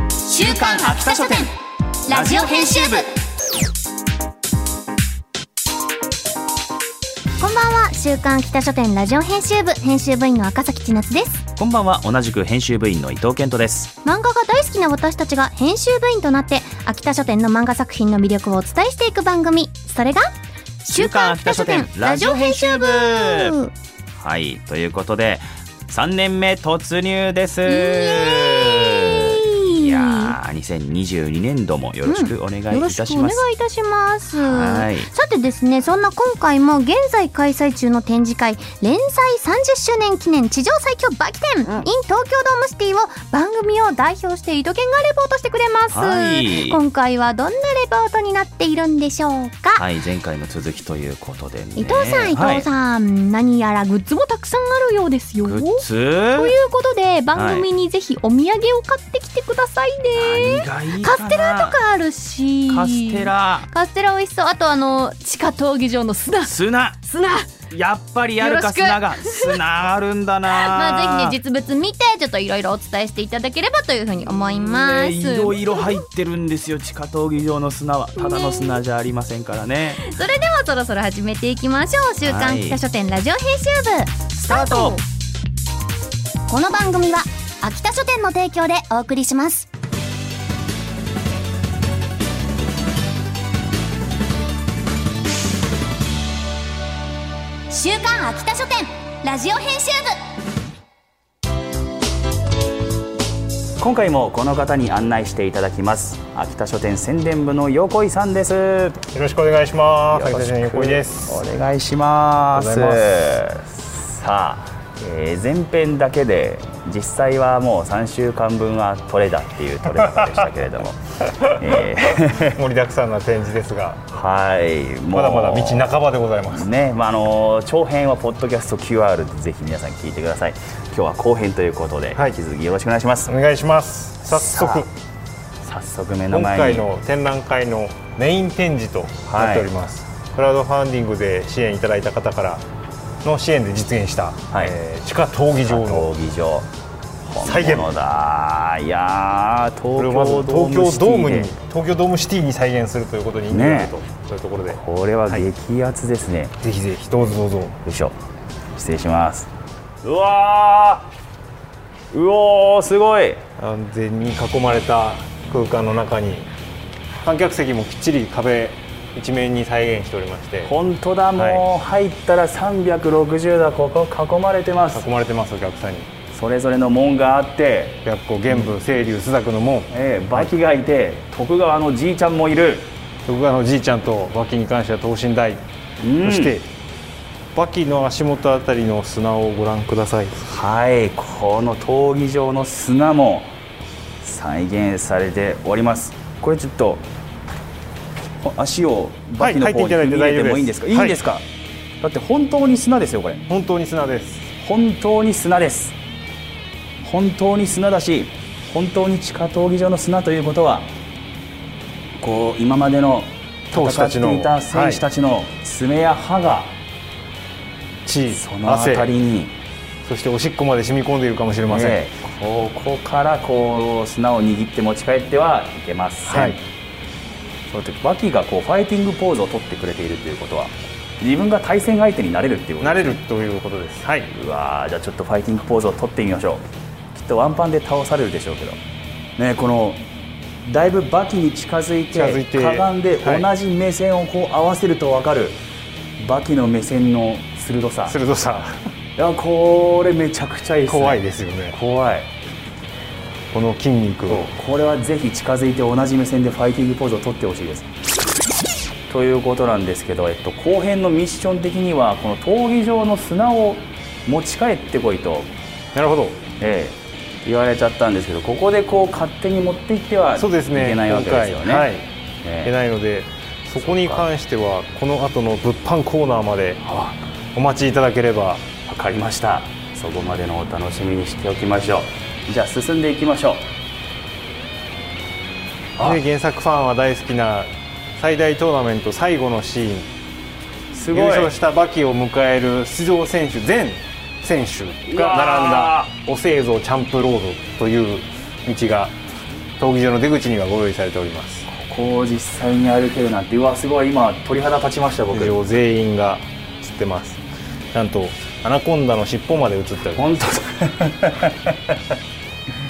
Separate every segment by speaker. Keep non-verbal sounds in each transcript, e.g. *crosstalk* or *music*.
Speaker 1: 刊秋田書店ラジオ編集部
Speaker 2: こんばんは週刊北書店ラジオ編集部編集部員の赤崎千夏です
Speaker 3: こんばんは同じく編集部員の伊藤健人です
Speaker 2: 漫画が大好きな私たちが編集部員となって秋田書店の漫画作品の魅力をお伝えしていく番組それが
Speaker 3: 週刊秋田書店ラジオ編集部はいということで3年目突入ですいやー2022年度もよろしくお願いい
Speaker 2: よろ
Speaker 3: た
Speaker 2: し
Speaker 3: し
Speaker 2: くお願
Speaker 3: ま
Speaker 2: い
Speaker 3: す、
Speaker 2: いたします
Speaker 3: はい
Speaker 2: さてですねそんな今回も現在開催中の展示会連載30周年記念地上最強バキ展 in 東京ドームシティを番組を代表して井戸健がレポートしてくれます、
Speaker 3: はい
Speaker 2: 今回はどんなレポートになっているんでしょうか、
Speaker 3: はい前回の続きということでね
Speaker 2: 伊藤さん伊藤
Speaker 3: はい
Speaker 2: さん、何やらグッズもたくさんあるようですよ
Speaker 3: グ
Speaker 2: とい
Speaker 3: ッズ
Speaker 2: うことで番組にぜひお土産を買ってきてくださいね、
Speaker 3: 何がいいか
Speaker 2: カ
Speaker 3: な
Speaker 2: ステラとかあるし
Speaker 3: カステラ
Speaker 2: カステラ美味しそうあとあの地下闘技場の砂
Speaker 3: 砂
Speaker 2: 砂
Speaker 3: やっぱりやる
Speaker 2: よろ
Speaker 3: か
Speaker 2: しく
Speaker 3: 砂が砂あるんだな
Speaker 2: *laughs* まあぜひね実物見てちょっといろいろお伝えしていただければというふうに思います、
Speaker 3: ねいろいろ入ってるんですよ地下闘技場の砂はただの砂じゃありませんからね
Speaker 2: それではそろそろ始めていきましょう週刊北書店ラジオ編集部、
Speaker 3: スタート
Speaker 2: この番組は秋田書店の提供でお送りします週刊秋田書店ラジオ編集
Speaker 3: 今回もこの方に案内していただきます秋田書店宣伝部の横井さんですよ
Speaker 4: よろしくお願いします。
Speaker 3: ろ
Speaker 4: 萩
Speaker 3: しく
Speaker 4: 田純横井です。
Speaker 3: お願いします
Speaker 4: ありがとうござ
Speaker 3: さあ、えー前編だけで実際はもう3週間分は取れたっていう取れ方でしたけれ *laughs* ども、えー
Speaker 4: 盛りだくさんな展示ですが、
Speaker 3: *laughs* はいもう
Speaker 4: まだまだ道半ばでございます。
Speaker 3: ねまあ、あの長編はポッドキャスト QR でぜひ皆さん聞いてください今日は後編ということで、
Speaker 4: はい
Speaker 3: 引き続きよろしくお願いします
Speaker 4: お願いします。早速
Speaker 3: さあ早速目の
Speaker 4: 今
Speaker 3: 前
Speaker 4: 回
Speaker 3: に
Speaker 4: の展覧会のメイン展示となっております。クラウドファンディングで支援いただいた方からの支援で実現した、
Speaker 3: はい
Speaker 4: えー地下闘技場の
Speaker 3: 闘技場
Speaker 4: 再現
Speaker 3: 本物だいやー
Speaker 4: これをまず
Speaker 3: 東
Speaker 4: 東京
Speaker 3: 京ド
Speaker 4: ド
Speaker 3: ー
Speaker 4: ーム
Speaker 3: ムシティ
Speaker 4: に
Speaker 3: で
Speaker 4: 東京ドームシティに再現するということに意味があると、そういうところで
Speaker 3: これは激アツですね、よ
Speaker 4: ぜひぜひどうぞどうぞ
Speaker 3: いしょ失礼しますうわーうおーすごい
Speaker 4: 安全に囲まれた空間の中に観客席もきっちり壁一面に再現しておりまして
Speaker 3: 本当だもう、入ったら360度ここ囲まれてます
Speaker 4: 囲まれてますお客さんに
Speaker 3: それぞれの門があって
Speaker 4: 白虎玄武清流朱雀の門
Speaker 3: えー、バキがいて徳川のじいちゃんもいる
Speaker 4: 徳川のじいちゃんと馬騎に関しては等身大、
Speaker 3: うん
Speaker 4: そして馬騎の足元あたりの砂をご覧ください
Speaker 3: はいこの闘技場の砂も再現されておりますこれちょっとこ足をバキの
Speaker 4: はい入
Speaker 3: 方に
Speaker 4: っていただいて
Speaker 3: 入れてもいいんですか、
Speaker 4: 大
Speaker 3: い、
Speaker 4: 丈
Speaker 3: い
Speaker 4: 夫
Speaker 3: ん
Speaker 4: で
Speaker 3: です
Speaker 4: す
Speaker 3: か、だって本当に砂ですよこれ
Speaker 4: 本当に砂です
Speaker 3: 本当に砂です本当に砂だし本当に地下闘技場の砂ということはこう今までの
Speaker 4: 投手
Speaker 3: 戦
Speaker 4: た
Speaker 3: っ
Speaker 4: ちの
Speaker 3: ていた選手たちの爪や歯が
Speaker 4: 血
Speaker 3: その辺り
Speaker 4: 汗
Speaker 3: に、
Speaker 4: そしておしっこまで染み込んでいるかもしれません、
Speaker 3: ねここからこう砂を握って持ち帰ってはいけません、
Speaker 4: はい
Speaker 3: その時バキがこうファイティングポーズを取ってくれているということは自分が対戦相手になれるっていうこと
Speaker 4: 慣れるということですはいう
Speaker 3: わーじゃあちょっとファイティングポーズを取ってみましょうきっとワンパンで倒されるでしょうけどねこのだいぶバキに近づいて
Speaker 4: 近づいて
Speaker 3: かがんで
Speaker 4: はい
Speaker 3: 同じ目線をこう合わせると分かる、バキの目線の鋭さ
Speaker 4: 鋭さ
Speaker 3: いやこれめちゃくちゃいいですね
Speaker 4: 怖いですよね
Speaker 3: 怖い
Speaker 4: この筋肉を
Speaker 3: これはぜひ近づいて同じ目線でファイティングポーズを取ってほしいです。ということなんですけど、えっと、後編のミッション的にはこの闘技場の砂を持ち帰ってこいと、
Speaker 4: なるほど
Speaker 3: ええ言われちゃったんですけどここでこう勝手に持って行っては
Speaker 4: そうですね
Speaker 3: いけないわけですよね。
Speaker 4: 今回はい
Speaker 3: え
Speaker 4: い
Speaker 3: え
Speaker 4: けないのでそこに関してはこの後の物販コーナーまで
Speaker 3: あ
Speaker 4: お待ちいただければ
Speaker 3: わかりましたそこまでのお楽しみにしておきましょうじゃあ進んでいきましょうあ
Speaker 4: で原作ファンは大好きな最大トーナメント最後のシーン
Speaker 3: す
Speaker 4: 優勝した馬騎を迎える出場選手全選手が並んだお製造チャンプロードという道が闘技場の出口にはご用意されております
Speaker 3: ここを実際に歩けるなんてうわすごい今鳥肌立ちました僕
Speaker 4: 劇場全員が映ってますなんとアナコンダの尻尾まで映っておりま
Speaker 3: 本当だ
Speaker 4: す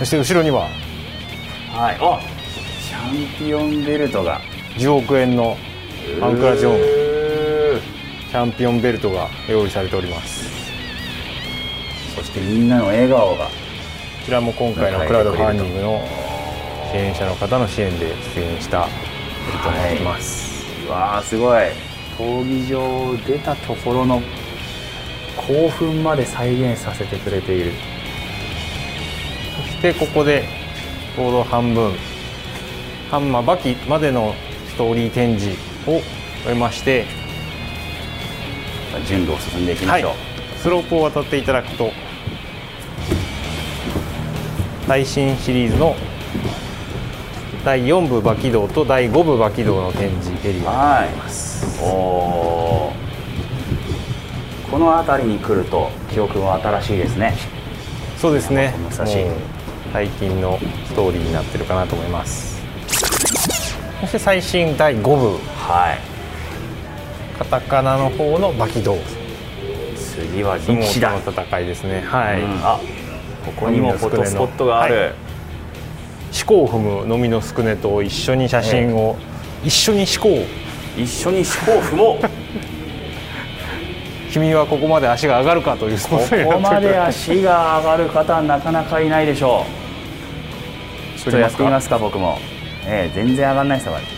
Speaker 4: そして後ろには
Speaker 3: はいあチャンピオンベルトが
Speaker 4: 10億円のアンクラジョン
Speaker 3: ン
Speaker 4: チャンピオンベルトが用意されております
Speaker 3: そしてみんなの笑顔が
Speaker 4: こちらも今回のクラウドファンディングの支援者の方の支援で出演したベルトになります、
Speaker 3: うわあすごい闘技場を出たところの興奮まで再現させてくれている
Speaker 4: そしてここでちょうど半分ハンマーバキまでのストーリー展示を終えまして、
Speaker 3: 順路を進んでいきましょう、
Speaker 4: スロープを渡っていただくと最新シリーズの第4部馬起動と第5部馬起動の展示エリアになります、
Speaker 3: おーこの辺りに来ると記憶は新しいですね
Speaker 4: そうですね
Speaker 3: この
Speaker 4: も
Speaker 3: 写
Speaker 4: う
Speaker 3: 真
Speaker 4: 最近のストーリーになってるかなと思いますそして最新第5部
Speaker 3: はい
Speaker 4: カタカナの方の馬起動
Speaker 3: 次は
Speaker 4: 相
Speaker 3: 力士だ、
Speaker 4: 撲との戦いですねはい、
Speaker 3: うんあここにもフォトスポットがある、
Speaker 4: はい四股を踏むのみの宿根と一緒に写真を、一緒に四股を
Speaker 3: 一緒に四股を踏も
Speaker 4: *laughs*
Speaker 3: うこ
Speaker 4: 君はここまで足が上がるかというスポーツになって
Speaker 3: こ
Speaker 4: おり
Speaker 3: まで足が上がる方はなかなかいないでしょうちょっとやってみますか僕も、ええ全然上がんない人がいる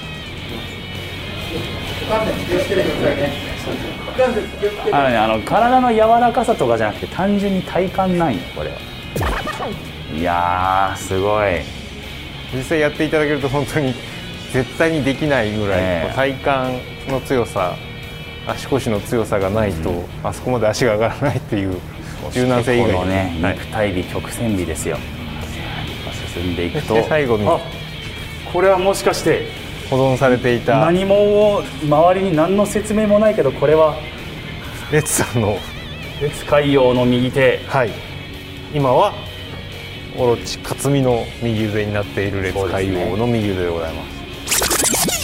Speaker 3: あのねあの体の柔らかさとかじゃなくて単純に体感ないのこれはいやーすごい
Speaker 4: 実際やっていただけると本当に絶対にできないぐらい、
Speaker 3: ええ
Speaker 4: 体幹の強さ足腰の強さがないと、あそこまで足が上がらないっていう柔軟性以
Speaker 3: こ
Speaker 4: 外
Speaker 3: の
Speaker 4: に
Speaker 3: ね
Speaker 4: はい
Speaker 3: 肉体美曲線美ですよ進んでいく
Speaker 4: そし
Speaker 3: と
Speaker 4: て *laughs* 最後に
Speaker 3: あこれはもしかして
Speaker 4: 保存されていた
Speaker 3: 何も周りに何の説明もないけどこれは
Speaker 4: レッツさんの、
Speaker 3: 使い用の右手
Speaker 4: はい、今はオロチ克実の右腕になっているレッツ海王の右腕でございます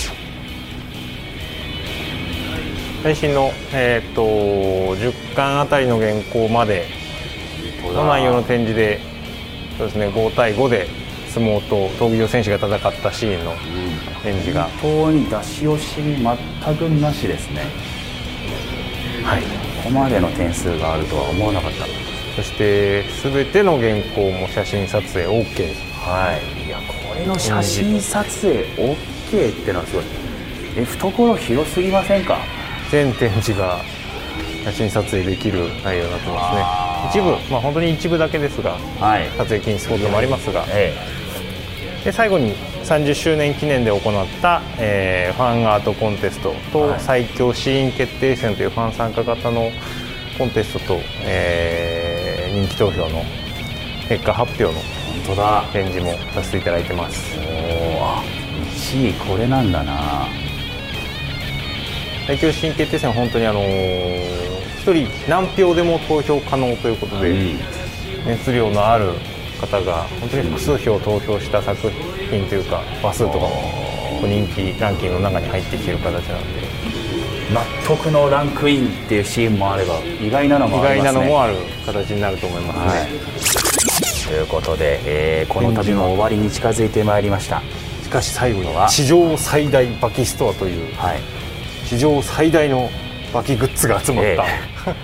Speaker 4: 最新の、えー、と10巻あたりの原稿までの内容の展示でそうです、ね、5対5で相撲と闘技場選手が戦ったシーンの展示が、
Speaker 3: 本当に出し惜しみ全くなしですね
Speaker 4: はい、
Speaker 3: ここまでの点数があるとは思わなかった
Speaker 4: そして全ての原稿も写真撮影 OK
Speaker 3: はいいやこれの写真撮影 OK ってのはすごいえ懐広すぎませんか
Speaker 4: 全展示が写真撮影できる内容になってますね一部まあ本当に一部だけですが
Speaker 3: はい
Speaker 4: 撮影禁止スポットもありますが
Speaker 3: え
Speaker 4: で最後に30周年記念で行った、えーファンアートコンテスト
Speaker 3: は
Speaker 4: と
Speaker 3: い
Speaker 4: 最強シーン決定戦というファン参加型のコンテストと、えー人気投票の結果発表の
Speaker 3: え本当だ
Speaker 4: 展示もさせていただいてます
Speaker 3: おーあ1位これなんだな
Speaker 4: 最強シーン決定戦は本当にあの1人何票でも投票可能ということで、
Speaker 3: うん
Speaker 4: 熱量のある方が本当に複数票投票した作品というか話数とかも人気ランキングの中に入ってきてる形なので
Speaker 3: 納得のランクインっていうシーンもあれば意外なの
Speaker 4: 意
Speaker 3: もありま
Speaker 4: 外な
Speaker 3: すね
Speaker 4: のもある形になると思いますね、
Speaker 3: ということで、えーこの旅も終わりに近づいてまいりました
Speaker 4: しかし最後
Speaker 3: は
Speaker 4: は史上最大バキストアという
Speaker 3: はい
Speaker 4: 史上最大のバキグッズが集まった、
Speaker 3: え
Speaker 4: *laughs*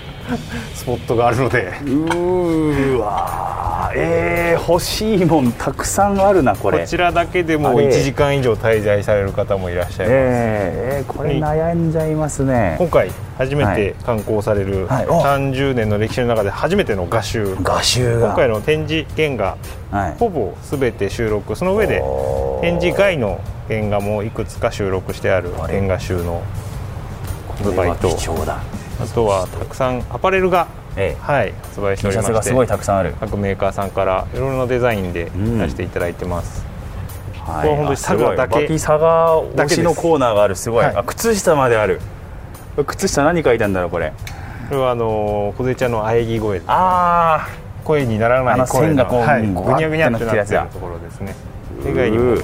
Speaker 4: スポットがあるので
Speaker 3: うーわーえー、欲しいもんたくさんあるなこ
Speaker 4: こ
Speaker 3: れ
Speaker 4: ちらだけでも
Speaker 3: あれ
Speaker 4: 1時間以上滞在される方もいらっしゃいます、
Speaker 3: えーえーこれ悩んじゃいますね
Speaker 4: 今回初め
Speaker 3: はい
Speaker 4: て刊行される
Speaker 3: はいお
Speaker 4: 30年の歴史の中で初めての画集
Speaker 3: 画集が
Speaker 4: 今回の展示原画
Speaker 3: はい
Speaker 4: ほぼ全て収録その上で
Speaker 3: おー
Speaker 4: 展示外の原画もいくつか収録してある
Speaker 3: あれ
Speaker 4: 原画集の
Speaker 3: こ
Speaker 4: 発
Speaker 3: れは
Speaker 4: 売と
Speaker 3: 貴重だ
Speaker 4: あとはたくさんアパレルが、
Speaker 3: ええ
Speaker 4: はい、発売してお
Speaker 3: T シ
Speaker 4: りま
Speaker 3: ャツが
Speaker 4: し
Speaker 3: すごい
Speaker 4: て
Speaker 3: たくさんある
Speaker 4: 各メーカーさんからいろいろなデザインで
Speaker 3: ん
Speaker 4: 出していただいてます、
Speaker 3: は
Speaker 4: これ本当に
Speaker 3: あすごい
Speaker 4: 佐賀だけ
Speaker 3: バキ佐賀
Speaker 4: だ
Speaker 3: 推し
Speaker 4: けです
Speaker 3: のコーナーがあるすごい、
Speaker 4: はい
Speaker 3: あ靴下まである靴下何書いたんだろうこれ
Speaker 4: これはあのー小手ちゃんの喘ぎ声
Speaker 3: ああ
Speaker 4: 声になら
Speaker 3: あ
Speaker 4: な
Speaker 3: の
Speaker 4: い声
Speaker 3: 線がこう
Speaker 4: はい、
Speaker 3: うん
Speaker 4: ぐにゃぐにゃって
Speaker 3: ぐわってなって
Speaker 4: な
Speaker 3: るや
Speaker 4: っ
Speaker 3: つ
Speaker 4: て
Speaker 3: だ
Speaker 4: るところですねそれ以外にも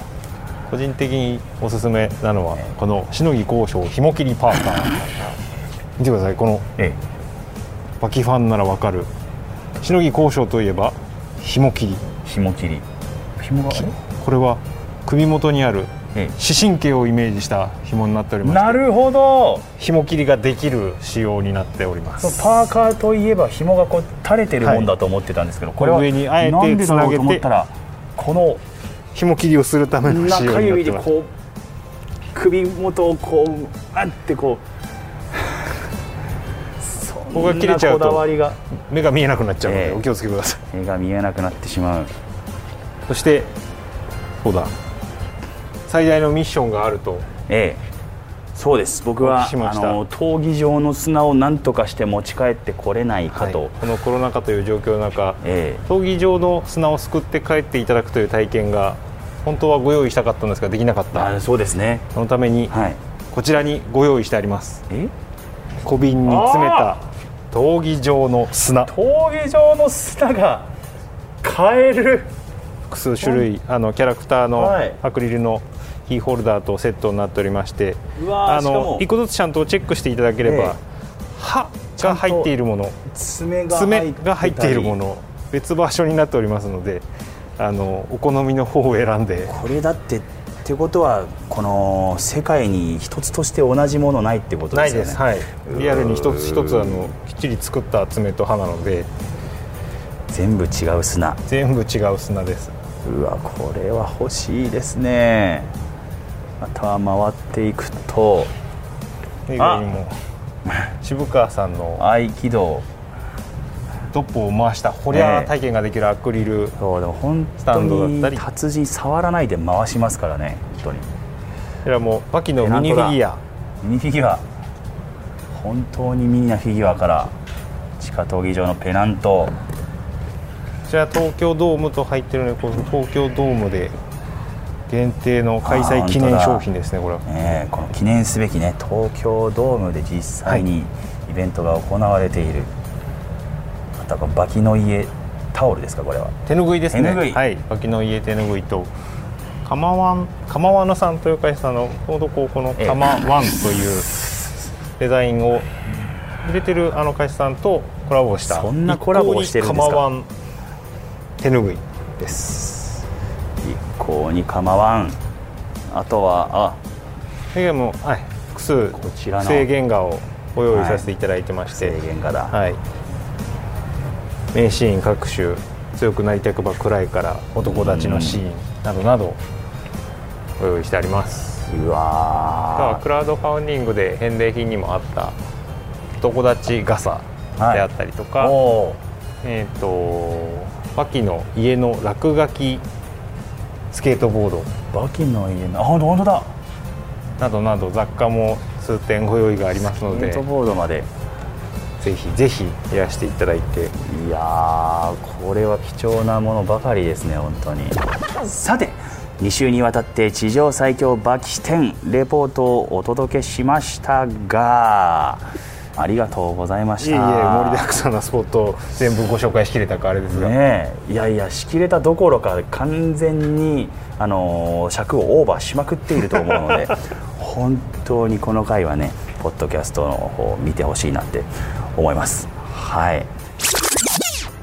Speaker 4: 個人的におすすめなのはこのしのぎ交渉ひも切りパーカー見てくださいこの
Speaker 3: え
Speaker 4: バキファンならわかるしのぎ交渉といえばひも切り
Speaker 3: え紐切り紐が
Speaker 4: これは首元にある
Speaker 3: え
Speaker 4: 視神経をイメージした紐になっており
Speaker 3: え
Speaker 4: ま
Speaker 3: な
Speaker 4: す
Speaker 3: るほど
Speaker 4: 紐切りができる仕様になっておりま
Speaker 3: その
Speaker 4: す
Speaker 3: パーカーといえば紐がこう垂れてるもんだと思ってたんですけど、これは
Speaker 4: 上にあえて
Speaker 3: なんでだろうと思ったらこの
Speaker 4: 紐切りをするための仕様
Speaker 3: 中
Speaker 4: になっ
Speaker 3: 指
Speaker 4: て
Speaker 3: で
Speaker 4: ます
Speaker 3: こう首元をこうあってこう
Speaker 4: ここが切れちゃ
Speaker 3: *laughs* そん
Speaker 4: うと
Speaker 3: なこだわりが
Speaker 4: 目が見えなくなっちゃうの
Speaker 3: ええ
Speaker 4: でお気をつけください
Speaker 3: 目が見えなくなってしまう
Speaker 4: そしてそうだ最大のミッションがあると
Speaker 3: ええそうです僕は
Speaker 4: お聞きしま
Speaker 3: あ
Speaker 4: した
Speaker 3: の闘技場の砂を何とかして持ち帰ってこれないかと、
Speaker 4: はいこのコロナ禍という状況の中
Speaker 3: ええ
Speaker 4: 闘技場の砂をすくって帰っていただくという体験が本当はご用意したかったんですができなかった
Speaker 3: あそうですね
Speaker 4: そのために
Speaker 3: はい
Speaker 4: こちらにご用意してあります
Speaker 3: え
Speaker 4: 小瓶に詰めた闘技場の砂
Speaker 3: 闘技場の砂が買える
Speaker 4: 複数種類あのキャラクターの
Speaker 3: はい
Speaker 4: アクリルのキーホルダーとセットになっておりまして、
Speaker 3: うわー
Speaker 4: あ
Speaker 3: しかも
Speaker 4: の一個ずつちゃんとチェックしていただければ、
Speaker 3: ええ
Speaker 4: 歯が入っているもの
Speaker 3: 爪が
Speaker 4: 爪が入っているもの別場所になっておりますのであのお好みの方を選んで
Speaker 3: これだってってことはこの世界に一つとして同じものないってことですよね
Speaker 4: はい、リアルに一つ一つあのきっちり作った爪と歯なので
Speaker 3: 全部違う砂
Speaker 4: 全部違う砂です
Speaker 3: うわこれは欲しいですねまた回っていくと
Speaker 4: 以外にも渋川さんの
Speaker 3: 合気道
Speaker 4: ドッポを回したホリャー体験ができるアクリル、
Speaker 3: そうでも本
Speaker 4: スタ
Speaker 3: 当
Speaker 4: ンドだっ
Speaker 3: に
Speaker 4: たり
Speaker 3: 達人触らないで回しますからね本当に
Speaker 4: こちらもバキのミニフィギュア
Speaker 3: ミニフィギュア本当にミニなフィギュアから地下闘技場のペナント
Speaker 4: こちら東京ドームと入ってるのでこの東京ドームで限定の開催記念商品ですねこれは
Speaker 3: ねえこの記念すべきね東京ドームで実際にイベントが行われている、あとはこのバキの家タオルですかこれは
Speaker 4: 手ぬぐいです
Speaker 3: 手
Speaker 4: ね
Speaker 3: 拭い
Speaker 4: はい脇の家手ぬぐいと釜ワン釜ワンさんという会社のちょうどこうこの
Speaker 3: ええ
Speaker 4: 釜ワンというデザインを入れてるあの会社さんとコラボした
Speaker 3: そんなコラボをしてるんですか
Speaker 4: 一向に釜ワン手ぬぐいです
Speaker 3: 一向に構わんあとは
Speaker 4: それ以外もはい複数
Speaker 3: こちらの
Speaker 4: 制限画をご用意させていただいてま
Speaker 3: あ
Speaker 4: して、
Speaker 3: 制限がだ、
Speaker 4: はい、名シーン各種強くなりたくば暗いから男たちのシーンなどなどご用意してあります
Speaker 3: う
Speaker 4: あとは
Speaker 3: わ
Speaker 4: クラウドファンディングで返礼品にもあった男たち傘であったりと
Speaker 3: ー
Speaker 4: か、
Speaker 3: おー
Speaker 4: えっ、と脇の家の落書きスケートボード
Speaker 3: バキの家のあ本当本当だ
Speaker 4: などなど雑貨も数点ご用意がありますの
Speaker 3: ミー
Speaker 4: で
Speaker 3: トボードまで
Speaker 4: ぜひぜひいらしていただいて
Speaker 3: いやーこれは貴重なものばかりですね本当にさて2週にわたって地上最強バキ展レポートをお届けしましたがありがとうございま
Speaker 4: い
Speaker 3: し
Speaker 4: えい
Speaker 3: た
Speaker 4: え盛りだくさんなスポットを全部ご紹介しきれたかあれですが、
Speaker 3: ねえいやいや仕切れたどころか完全に、あのー尺をオーバーしまくっていると思う
Speaker 4: *laughs*
Speaker 3: ので本当にこの回はねポッドキャストの方を見てほしいなって思いますはい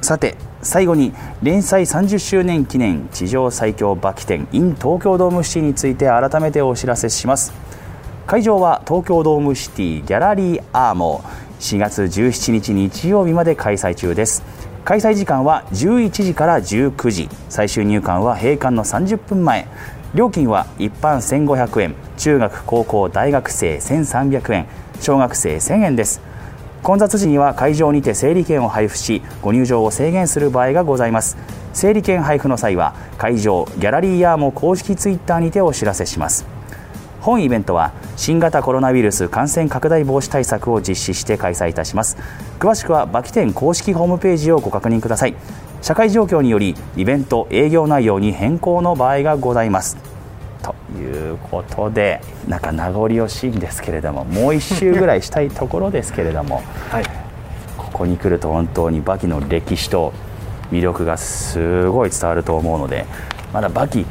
Speaker 3: さて最後に連載30周年記念地上最強バキ展 in 東京ドームシティについて改めてお知らせします会場は東京ドームシティギャラリーアーモ4月17日日曜日まで開催中です開催時間は11時から19時最終入館は閉館の30分前料金は一般1500円中学高校大学生1300円小学生1000円です混雑時には会場にて整理券を配布しご入場を制限する場合がございます整理券配布の際は会場ギャラリーアーモ公式ツイッターにてお知らせします本イベントは新型コロナウイルス感染拡大防止対策を実施して開催いたします詳しくはバキ店公式ホームページをご確認ください社会状況によりイベント営業内容に変更の場合がございますということでなんか名残惜しいんですけれどももう1周ぐらいしたいところですけれども
Speaker 4: *laughs* はい、
Speaker 3: ここに来ると本当にバキの歴史と魅力がすごい伝わると思うのでまだバキ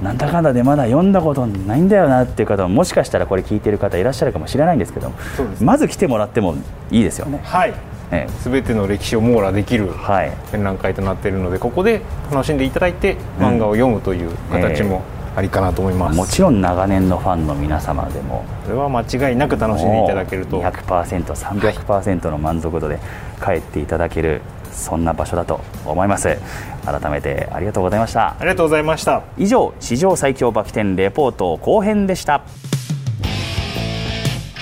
Speaker 3: なんだかんだでまだ読んだことないんだよなっていう方ももしかしたらこれ聞いてる方いらっしゃるかもしれないんですけども
Speaker 4: そうです
Speaker 3: まず来てもらってもいいですよね。
Speaker 4: はい
Speaker 3: ええ
Speaker 4: 全ての歴史を網羅できる
Speaker 3: はい
Speaker 4: 展覧会となっているのでここで楽しんでいただいて
Speaker 3: うん
Speaker 4: 漫画を読むという形もありかなと思います、
Speaker 3: もちろん長年のファンの皆様でも
Speaker 4: それは間違いなく楽しんでいただけると
Speaker 3: 200%300% の満足度で帰っていただける、そんな場所だと思います改めてありがとうございました
Speaker 4: ありがとうございました
Speaker 3: 以上史上最強バキ転レポート後編でした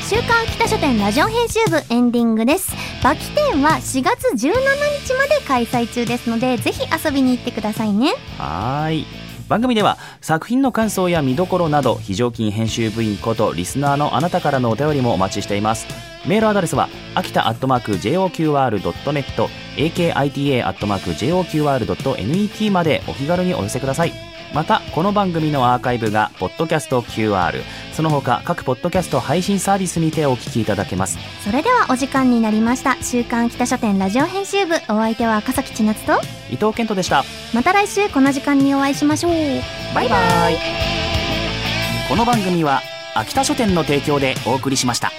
Speaker 2: 週刊北書店ラジオ編集部エンディングですバキ展は4月17日まで開催中ですのでぜひ遊びに行ってくださいね
Speaker 3: はーい番組では作品の感想や見どころなど非常勤編集部員ことリスナーのあなたからのお便りもお待ちしていますメールアドレスは秋田アットマーク JOQR.net akita アットマーク JOQR.net までお気軽にお寄せくださいまたこの番組のアーカイブがポッドキャスト QR その他各ポッドキャスト配信サービスにてお聞きいただけます
Speaker 2: それではお時間になりました週刊北書店ラジオ編集部お相手は笠木千夏と
Speaker 3: 伊藤健人でした
Speaker 2: また来週この時間にお会いしましょうバイバイ
Speaker 3: この番組は秋田書店の提供でお送りしました